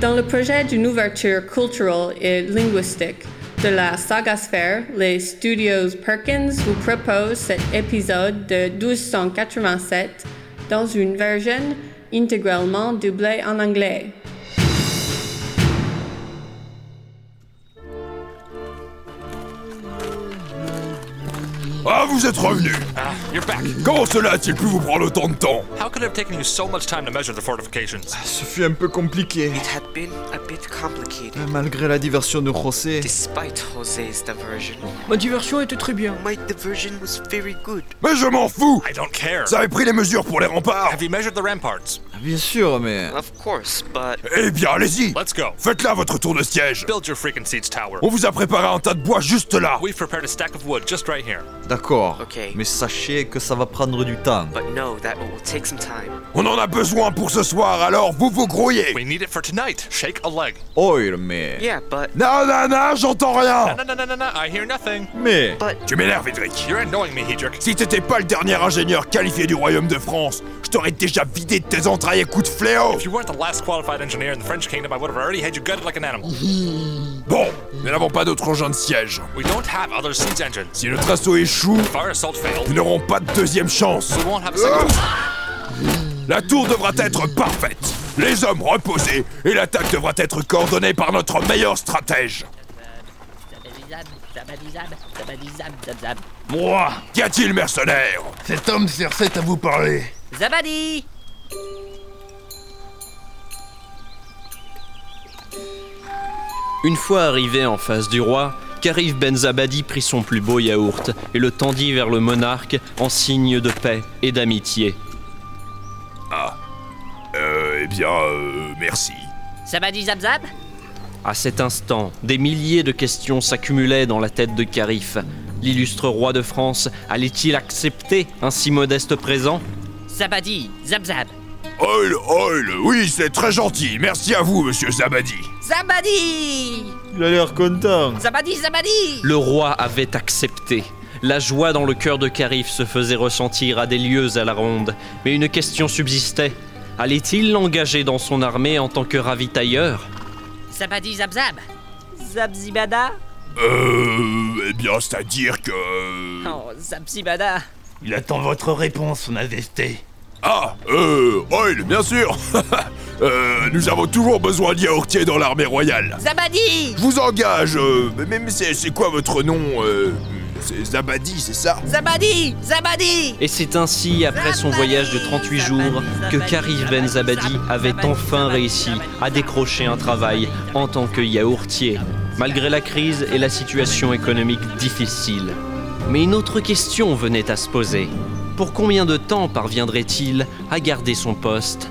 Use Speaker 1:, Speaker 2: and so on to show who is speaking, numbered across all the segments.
Speaker 1: Dans le projet d'une ouverture culturelle et linguistique de la Sagasphère, les studios Perkins vous proposent cet épisode de 1287 dans une version intégralement doublée en anglais.
Speaker 2: Ah, vous êtes revenu
Speaker 3: Ah, you're back.
Speaker 2: Comment cela a-t-il pu vous prendre autant de temps
Speaker 3: How could it have taken you so much time to measure the fortifications?
Speaker 4: Ah, Ce fut un peu compliqué.
Speaker 5: It had been a bit complicated,
Speaker 4: Malgré la diversion de José,
Speaker 5: despite Jose's diversion.
Speaker 6: Ma diversion était très bien.
Speaker 5: My diversion was very good.
Speaker 2: Mais je m'en fous
Speaker 3: I don't care.
Speaker 2: Ça avait pris les mesures pour les remparts
Speaker 3: Have you measured the ramparts?
Speaker 4: bien sûr, mais
Speaker 5: Of course, but
Speaker 2: Eh bien, allez-y
Speaker 3: Let's go.
Speaker 2: Faites-la votre tour de siège
Speaker 3: Build your freaking seats tower.
Speaker 2: On vous a préparé un tas de bois juste là
Speaker 3: We've prepared a stack of wood just right here.
Speaker 4: d'accord.
Speaker 5: Ok.
Speaker 4: Mais sachez que ça va prendre du temps.
Speaker 5: but no, that will take some time.
Speaker 2: On en a besoin pour ce soir, alors vous vous grouillez
Speaker 3: We need it for tonight. Shake a leg.
Speaker 4: Oil, mais
Speaker 5: Yeah, but
Speaker 2: Non, non, non, j'entends rien
Speaker 3: No, no, no, no, no. I hear nothing.
Speaker 4: mais
Speaker 5: but
Speaker 2: Tu m'énerves, Edric
Speaker 3: You're annoying me, Hedrick.
Speaker 2: Si t'étais pas le dernier ingénieur qualifié du royaume de France, je t'aurais déjà vidé de tes entrailles à coups de fléau
Speaker 3: If you weren't the last qualified engineer in the French kingdom, I would have already had you gutted like an animal.
Speaker 2: Bon, nous n'avons pas d'autres engins de siège.
Speaker 3: We don't have other siege engines.
Speaker 2: Si notre assaut échoue,
Speaker 3: If our assault
Speaker 2: nous
Speaker 3: failed,
Speaker 2: n'aurons pas de deuxième chance.
Speaker 3: we won't have a second.
Speaker 2: La tour devra être parfaite, les hommes reposés, et l'attaque devra être coordonnée par notre meilleur stratège.
Speaker 7: Moi,
Speaker 2: Qu'y a-t-il, mercenaire
Speaker 7: cet homme Cercette à vous parler.
Speaker 8: Zabadi
Speaker 9: Une fois arrivé en face du roi, Karif Ben Zabadi prit son plus beau yaourt et le tendit vers le monarque en signe de paix et d'amitié.
Speaker 2: Euh, eh bien, euh, merci.
Speaker 8: Zabadi Zab Zab
Speaker 9: À cet instant, des milliers de questions s'accumulaient dans la tête de Karif. L'illustre roi de France allait-il accepter un si modeste présent
Speaker 8: Zabadi Zab Zab
Speaker 2: Oil, oil, oui, c'est très gentil, merci à vous, monsieur Zabadi.
Speaker 8: Zabadi
Speaker 4: il a l'air content.
Speaker 8: Zabadi Zabadi
Speaker 9: Le roi avait accepté. La joie dans le cœur de Karif se faisait ressentir à des lieux à la ronde, mais une question subsistait. Allait-il l'engager dans son armée en tant que ravitailleur
Speaker 8: Zabadi Zab Zab Zabzibada
Speaker 2: Euh, eh bien, c'est-à-dire
Speaker 10: Hmm.
Speaker 2: que... euh,
Speaker 8: Oh, Zabzibada
Speaker 7: Il attend votre réponse, Son Majesté.
Speaker 2: Ah, euh, oil, bien sûr Euh, nous avons toujours besoin de yaourtiers dans l'armée royale.
Speaker 8: Zabadi
Speaker 2: Je vous engage, euh, mais, mais c'est c'est quoi votre nom euh, C'est Zabadi, c'est ça
Speaker 8: Zabadi Zabadi
Speaker 9: Et c'est ainsi, après son voyage de 38 jours, que Karif Ben Zabadi avait enfin réussi à décrocher un travail en tant que yaourtier, malgré la crise et la situation économique difficile. Mais une autre question venait à se poser. Pour combien de temps parviendrait-il à garder son poste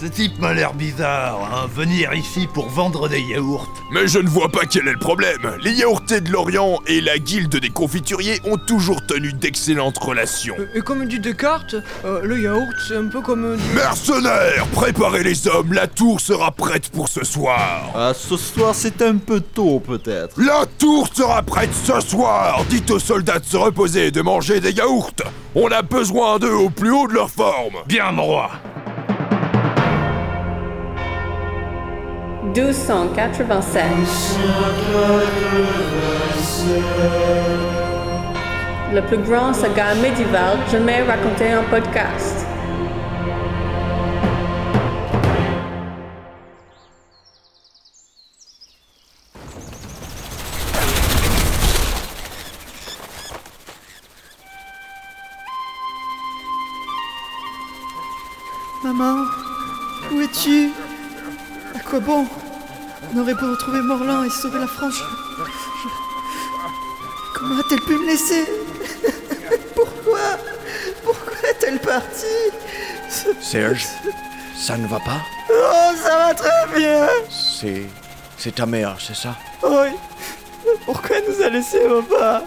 Speaker 7: Ce type m'a l'air bizarre, hein. Venir ici pour vendre des yaourts.
Speaker 2: Mais je ne vois pas quel est le problème. Les yaourtés de l'Orient et la guilde des confituriers ont toujours tenu d'excellentes relations.
Speaker 6: Et comme du Descartes, euh, le yaourt, c'est un peu comme euh, du...
Speaker 2: Mercenaires, préparez les hommes, la tour sera prête pour ce soir.
Speaker 4: Ah, ce soir, c'est un peu tôt, peut-être.
Speaker 2: La tour sera prête ce soir. Dites aux soldats de se reposer et de manger des yaourts. On a besoin d'eux au plus haut de leur forme.
Speaker 7: Bien, mon roi.
Speaker 1: 1287. Le plus grand saga médiéval jamais raconté en podcast.
Speaker 6: Maman, où es-tu À quoi bon On aurait pu retrouver Morlan et sauver la France. Je- je- Comment a-t-elle pu me laisser Pourquoi Pourquoi est-elle partie
Speaker 11: Serge, ça ne va pas
Speaker 6: Oh, ça va très bien
Speaker 11: C'est. C'est ta mère, c'est ça
Speaker 6: Oui. Pourquoi elle nous a laissés, papa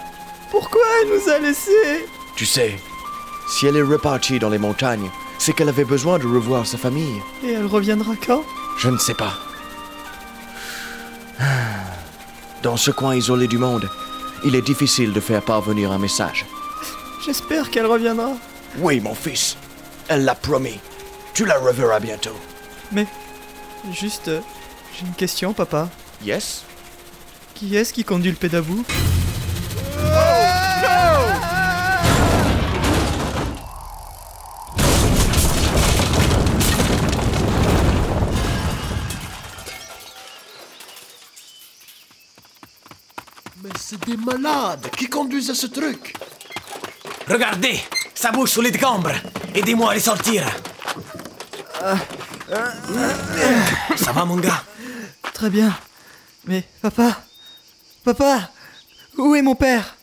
Speaker 6: Pourquoi elle nous a laissés
Speaker 11: Tu sais, si elle est repartie dans les montagnes, c'est qu'elle avait besoin de revoir sa famille.
Speaker 6: Et elle reviendra quand
Speaker 11: Je ne sais pas. Dans ce coin isolé du monde, il est difficile de faire parvenir un message.
Speaker 6: J'espère qu'elle reviendra.
Speaker 11: Oui, mon fils, elle l'a promis. Tu la reverras bientôt.
Speaker 6: Mais juste, euh, J'ai une question, papa.
Speaker 11: Yes
Speaker 6: Qui est-ce qui conduit le pédabou
Speaker 12: Mais c'est des malades qui conduisent ce truc.
Speaker 13: Regardez, ça bouge sous les décombres. Aidez-moi à les sortir. Ça va, mon gars
Speaker 6: Très bien. Mais papa Papa Où est mon père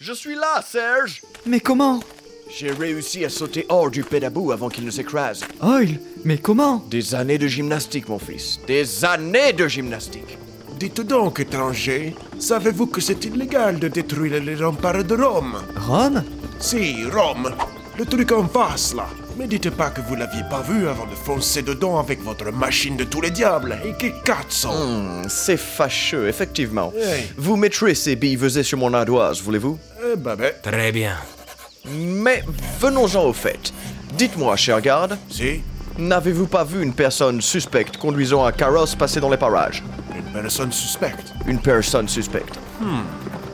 Speaker 11: Je suis là, Serge
Speaker 6: Mais comment
Speaker 11: J'ai réussi à sauter hors du pédabou avant qu'il ne s'écrase.
Speaker 6: Oh, il... Mais comment
Speaker 11: Des années de gymnastique, mon fils. Des années de gymnastique.
Speaker 12: Dites donc, étranger, savez-vous que c'est illégal de détruire les remparts de Rome
Speaker 6: Rome
Speaker 12: Si, Rome. Le truc en face, là. Mais dites pas que vous l'aviez pas vu avant de foncer dedans avec votre machine de tous les diables. Et que cazzo
Speaker 11: Hmm, c'est fâcheux, effectivement.
Speaker 12: Hey.
Speaker 11: Vous mettrez ces billevesées sur mon ardoise, voulez-vous
Speaker 12: Eh ben ben.
Speaker 13: Très bien.
Speaker 11: Mais venons-en au fait. Dites-moi, cher garde.
Speaker 12: Si
Speaker 11: N'avez-vous pas vu une personne suspecte conduisant un carrosse passer dans les parages
Speaker 12: Une personne suspecte
Speaker 11: Une personne suspecte.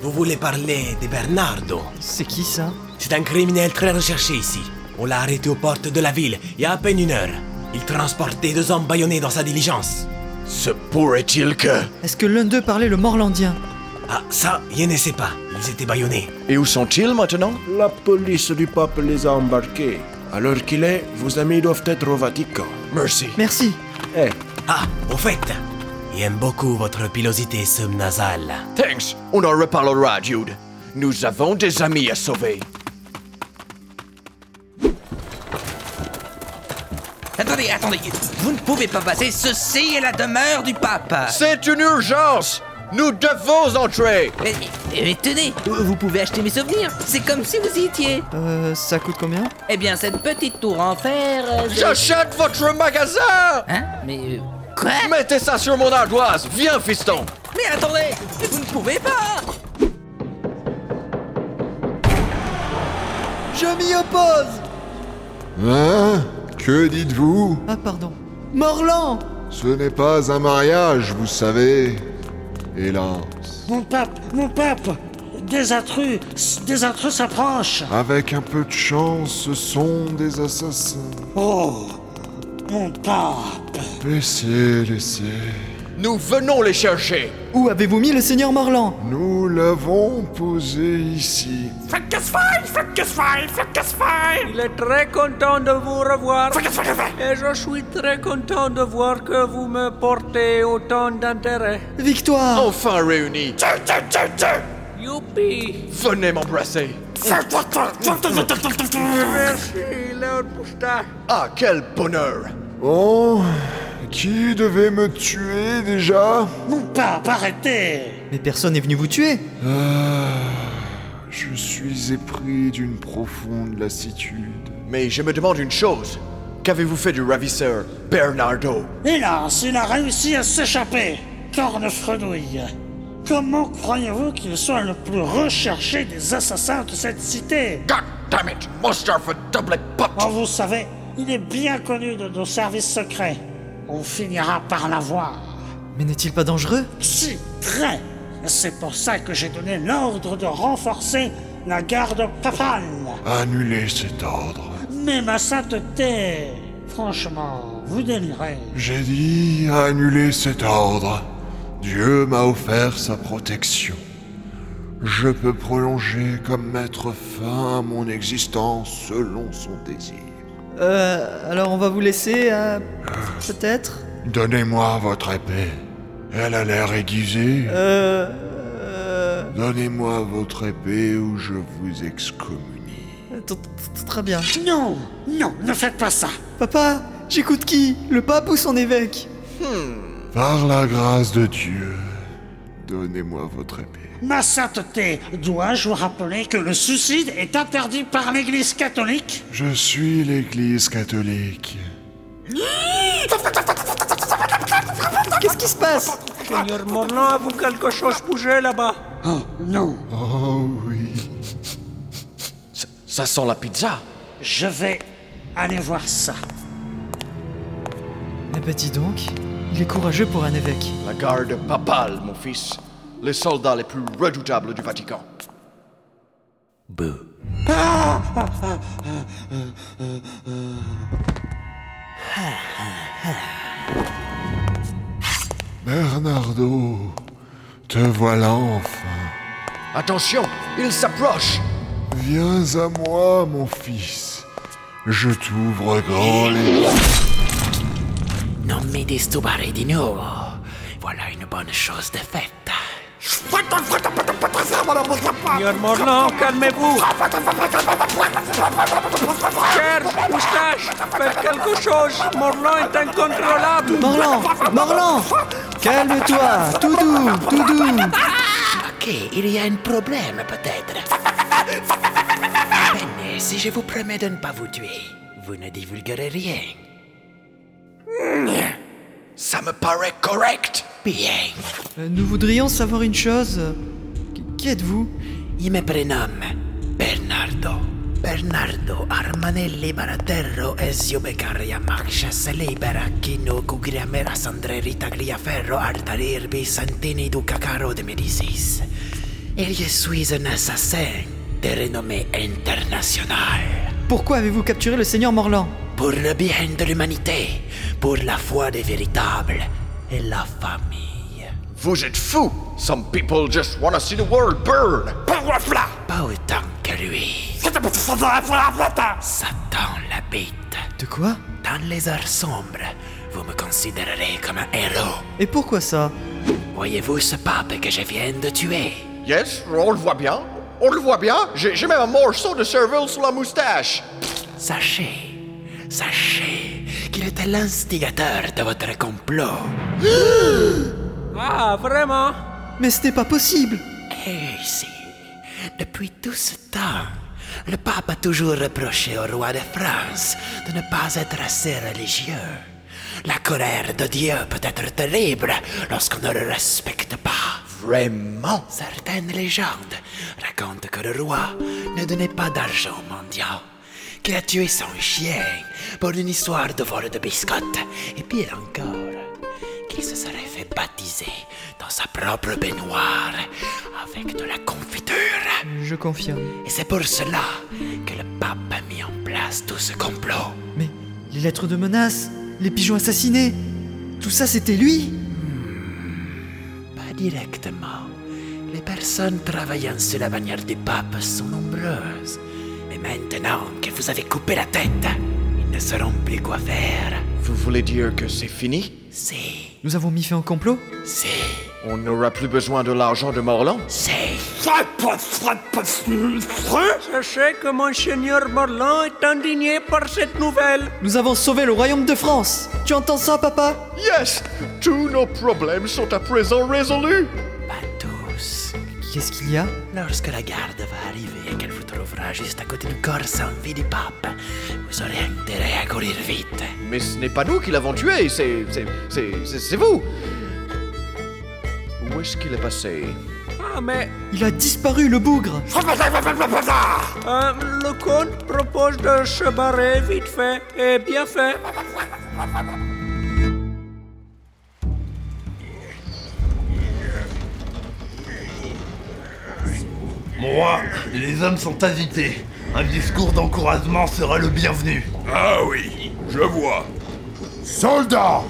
Speaker 13: Vous voulez parler de Bernardo
Speaker 6: C'est qui ça
Speaker 13: C'est un criminel très recherché ici. On l'a arrêté aux portes de la ville il y a à peine une heure. Il transportait deux hommes baïonnés dans sa diligence.
Speaker 12: Se pourrait-il que...
Speaker 6: Est-ce que l'un d'eux parlait le morlandien
Speaker 13: Ah, ça, je ne sais pas. Ils étaient baïonnés.
Speaker 11: Et où sont-ils maintenant
Speaker 12: La police du pape les a embarqués. À l'heure qu'il est, vos amis doivent être au Vatican. Merci.
Speaker 6: Merci.
Speaker 12: Eh,
Speaker 13: Ah, au fait, j'aime beaucoup votre pilosité subnasale.
Speaker 11: Thanks, on en reparlera, Jude. Nous avons des amis à sauver.
Speaker 10: Attendez, attendez, vous ne pouvez pas passer, ceci est la demeure du pape.
Speaker 11: C'est une urgence Nous devons entrer
Speaker 10: Mais, mais tenez, vous pouvez acheter mes souvenirs, c'est comme si vous y étiez.
Speaker 6: Euh, ça coûte combien
Speaker 10: Eh bien, cette petite tour en fer... euh, je-
Speaker 11: J'achète votre magasin
Speaker 10: Hein Mais... euh, Quoi
Speaker 11: Mettez ça sur mon ardoise Viens, fiston
Speaker 10: Mais attendez, vous ne pouvez pas
Speaker 6: Je m'y oppose
Speaker 14: Hein Que dites-vous
Speaker 6: Ah, pardon. Morland
Speaker 14: Ce n'est pas un mariage, vous savez. Hélas.
Speaker 15: Mon pape, mon pape Des intrus, des intrus s'approchent
Speaker 14: Avec un peu de chance, ce sont des assassins.
Speaker 15: Oh Mon pape
Speaker 14: Laissez, laissez.
Speaker 11: Nous venons les chercher
Speaker 6: Où avez-vous mis le seigneur Morland
Speaker 14: Nous l'avons posé ici.
Speaker 16: Il est très content de vous revoir. Et je suis très content de voir que vous me portez autant d'intérêt.
Speaker 6: Victoire
Speaker 11: Enfin réunis
Speaker 16: Youpi
Speaker 11: Venez m'embrasser
Speaker 16: Merci, Léon Pousta.
Speaker 11: Ah, quel bonheur
Speaker 14: Bon, qui devait me tuer déjà
Speaker 15: Mon pape, arrêtez
Speaker 6: Mais personne n'est venu vous tuer
Speaker 14: Ah, Je suis épris d'une profonde lassitude.
Speaker 11: Mais je me demande une chose. Qu'avez-vous fait du ravisseur Bernardo
Speaker 15: Hélas, il a réussi à s'échapper Corne fredouille Comment croyez-vous qu'il soit le plus recherché des assassins de cette cité
Speaker 11: God damn it Monster for doublet pot
Speaker 15: Oh, vous savez, il est bien connu de nos services secrets. On finira par l'avoir.
Speaker 6: Mais n'est-il pas dangereux
Speaker 15: Si, très. C'est pour ça que j'ai donné l'ordre de renforcer la garde papale.
Speaker 14: Annulez cet ordre.
Speaker 15: Mais ma sainteté, franchement, vous délirez.
Speaker 14: J'ai dit annuler cet ordre. Dieu m'a offert sa protection. Je peux prolonger comme mettre fin à mon existence selon son désir.
Speaker 6: Euh, alors on va vous laisser, euh, peut-être
Speaker 14: Donnez-moi votre épée. Elle a l'air aiguisée.
Speaker 6: Euh... euh,
Speaker 14: Donnez-moi votre épée ou je vous excommunie.
Speaker 6: t- t- Très bien.
Speaker 15: Non, non, ne faites pas ça.
Speaker 6: Papa, j'écoute qui Le pape ou son évêque
Speaker 14: Par la grâce de Dieu, donnez-moi votre épée.
Speaker 15: Ma sainteté, dois-je vous rappeler que le suicide est interdit par l'Église catholique
Speaker 14: Je suis l'Église catholique.
Speaker 6: Qu'est-ce qui se passe
Speaker 16: Seigneur Morlan, avez-vous quelque chose bougé là-bas
Speaker 15: Oh, non.
Speaker 14: Oh oui.
Speaker 11: Ça sent la pizza
Speaker 15: Je vais aller voir ça.
Speaker 6: Eh ben dis donc, Il est courageux pour un évêque.
Speaker 11: La garde papale, mon fils. Les soldats les plus redoutables du Vatican.
Speaker 14: Bernardo, te voilà enfin.
Speaker 11: Attention, il s'approche
Speaker 14: Viens à moi, mon fils. Je t'ouvre grand les bras.
Speaker 10: Non mi disturbare di nuovo. Voilà une bonne chose de faite.
Speaker 16: Seigneur Morlan, calmez-vous. Cher moustache, faites quelque chose. Morlan est incontrôlable.
Speaker 6: Morlan, Morlan, calme-toi, tout doux, tout doux.
Speaker 10: Ok, il y a un problème peut-être. Venez, si je vous promets de ne pas vous tuer, vous ne divulguerez rien. Hmm. Ça me paraît correct. Bien.
Speaker 6: Euh, Nous voudrions savoir une chose. Qui- Qui êtes-vous
Speaker 10: Il me prénomme Bernardo. Bernardo Armanelli Baraterro Ezio Beccaria Marches Libera Chino Guglielmera Sandreri Tagliaferro Artarir Vicentini Duca Caro de Médicis. Et je suis un assassin de renommée internationale.
Speaker 6: Pourquoi avez-vous capturé le Seigneur Morlan
Speaker 10: Pour le bien de l'humanité, pour la foi des véritables et la famille.
Speaker 11: Vous êtes fous Some people just wanna see the world burn
Speaker 10: Pas autant que lui. Satan la bête.
Speaker 6: De quoi
Speaker 10: Dans les heures sombres, vous me considérerez comme un héros.
Speaker 6: Et pourquoi ça
Speaker 10: Voyez-vous ce pape que je viens de tuer
Speaker 11: Yes, on le voit bien. On le voit bien. J'ai j'ai même un morceau de cerveau sur la moustache.
Speaker 10: Sachez, sachez qu'il était l'instigateur de votre complot.
Speaker 16: Ah, vraiment
Speaker 6: Mais ce n'est pas possible
Speaker 10: Et si, depuis tout ce temps, le pape a toujours reproché au roi de France de ne pas être assez religieux. La colère de Dieu peut être terrible lorsqu'on ne le respecte pas. Vraiment Certaines légendes racontent que le roi ne donnait pas d'argent aux mendiants, qu'il a tué son chien pour une histoire de vol de biscottes, et pire encore, qu'il se serait fait baptiser dans sa propre baignoire avec de la confiture.
Speaker 6: Je confirme.
Speaker 10: Et c'est pour cela que le pape a mis en place tout ce complot.
Speaker 6: Les lettres de menace, les pigeons assassinés, tout ça c'était lui
Speaker 10: Hmm, Pas directement. Les personnes travaillant sur la bannière du pape sont nombreuses. Mais maintenant que vous avez coupé la tête, ils ne sauront plus quoi faire.
Speaker 11: Vous voulez dire que c'est fini
Speaker 10: C'est...
Speaker 6: Nous avons mis fin au complot
Speaker 10: C'est...
Speaker 11: On n'aura plus besoin de l'argent de Morlan
Speaker 10: C'est...
Speaker 16: Sachez que Monseigneur Morlan est indigné par cette nouvelle.
Speaker 6: Nous avons sauvé le royaume de France Tu entends ça, papa
Speaker 11: Yes Tous nos problèmes sont à présent résolus
Speaker 10: Tous.
Speaker 6: Qu'est-ce qu'il y a
Speaker 10: Lorsque la garde va arriver et qu'elle vous trouvera juste à côté du corps sans vie du pape, vous aurez intérêt à courir vite.
Speaker 11: Mais ce n'est pas nous qui l'avons tué, c'est. c'est. c'est. c'est- c'est vous Où est-ce qu'il est passé
Speaker 16: Ah, mais
Speaker 6: Il a disparu, le bougre
Speaker 16: euh, le comte propose de se barrer vite fait et bien fait.
Speaker 7: Mon roi, les hommes sont invités. Un discours d'encouragement sera le bienvenu.
Speaker 2: Ah oui, je vois.
Speaker 12: Soldats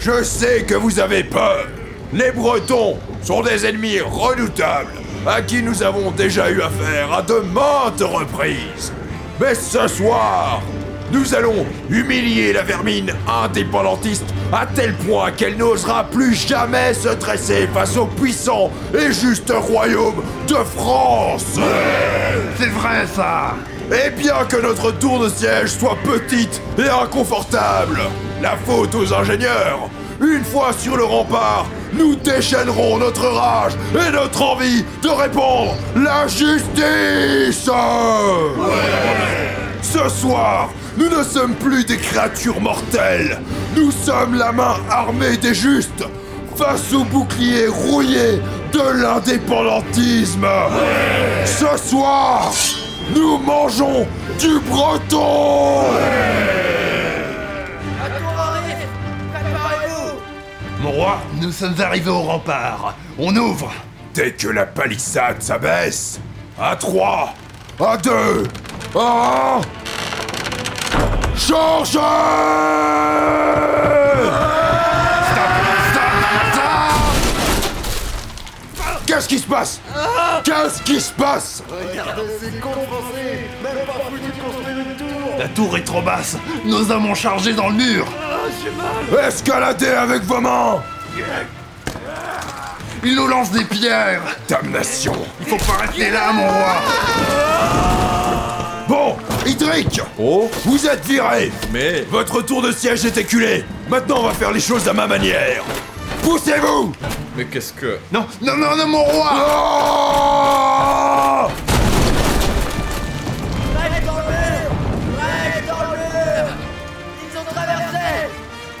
Speaker 2: Je sais que vous avez peur. Les Bretons sont des ennemis redoutables à qui nous avons déjà eu affaire à de maintes reprises. Mais ce soir, nous allons humilier la vermine indépendantiste à tel point qu'elle n'osera plus jamais se dresser face au puissant et juste royaume de France.
Speaker 7: C'est vrai ça
Speaker 2: Et bien que notre tour de siège soit petite et inconfortable, la faute aux ingénieurs. Une fois sur le rempart, nous déchaînerons notre rage et notre envie de répondre la justice Ce soir, nous ne sommes plus des créatures mortelles. Nous sommes la main armée des justes face au bouclier rouillé de l'indépendantisme. Ce soir, nous mangeons du breton.
Speaker 16: Faites barrer
Speaker 7: Mon roi, nous sommes arrivés au rempart. On ouvre
Speaker 2: Dès que la palissade s'abaisse, à 3, à 2, à 1, charge Qu'est-ce qui se passe Qu'est-ce qui se passe
Speaker 7: La tour est trop basse. Nos hommes ont chargé dans le mur.
Speaker 2: Escaladez avec vos mains
Speaker 7: Ils nous lancent des pierres.
Speaker 2: Damnation
Speaker 7: Il faut pas rester là, mon roi.
Speaker 2: Bon, Hydric
Speaker 4: Oh,
Speaker 2: Vous êtes viré Mais... Votre tour de siège est éculé Maintenant, on va faire les choses à ma manière Poussez-vous Ah
Speaker 4: Mais qu'est-ce que.
Speaker 7: Non, non, non, non, mon roi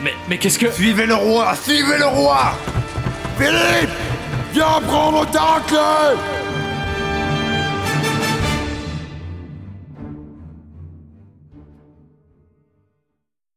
Speaker 17: Mais, mais qu'est-ce que.
Speaker 7: Suivez le roi Suivez le roi
Speaker 2: Philippe Viens prendre ta clé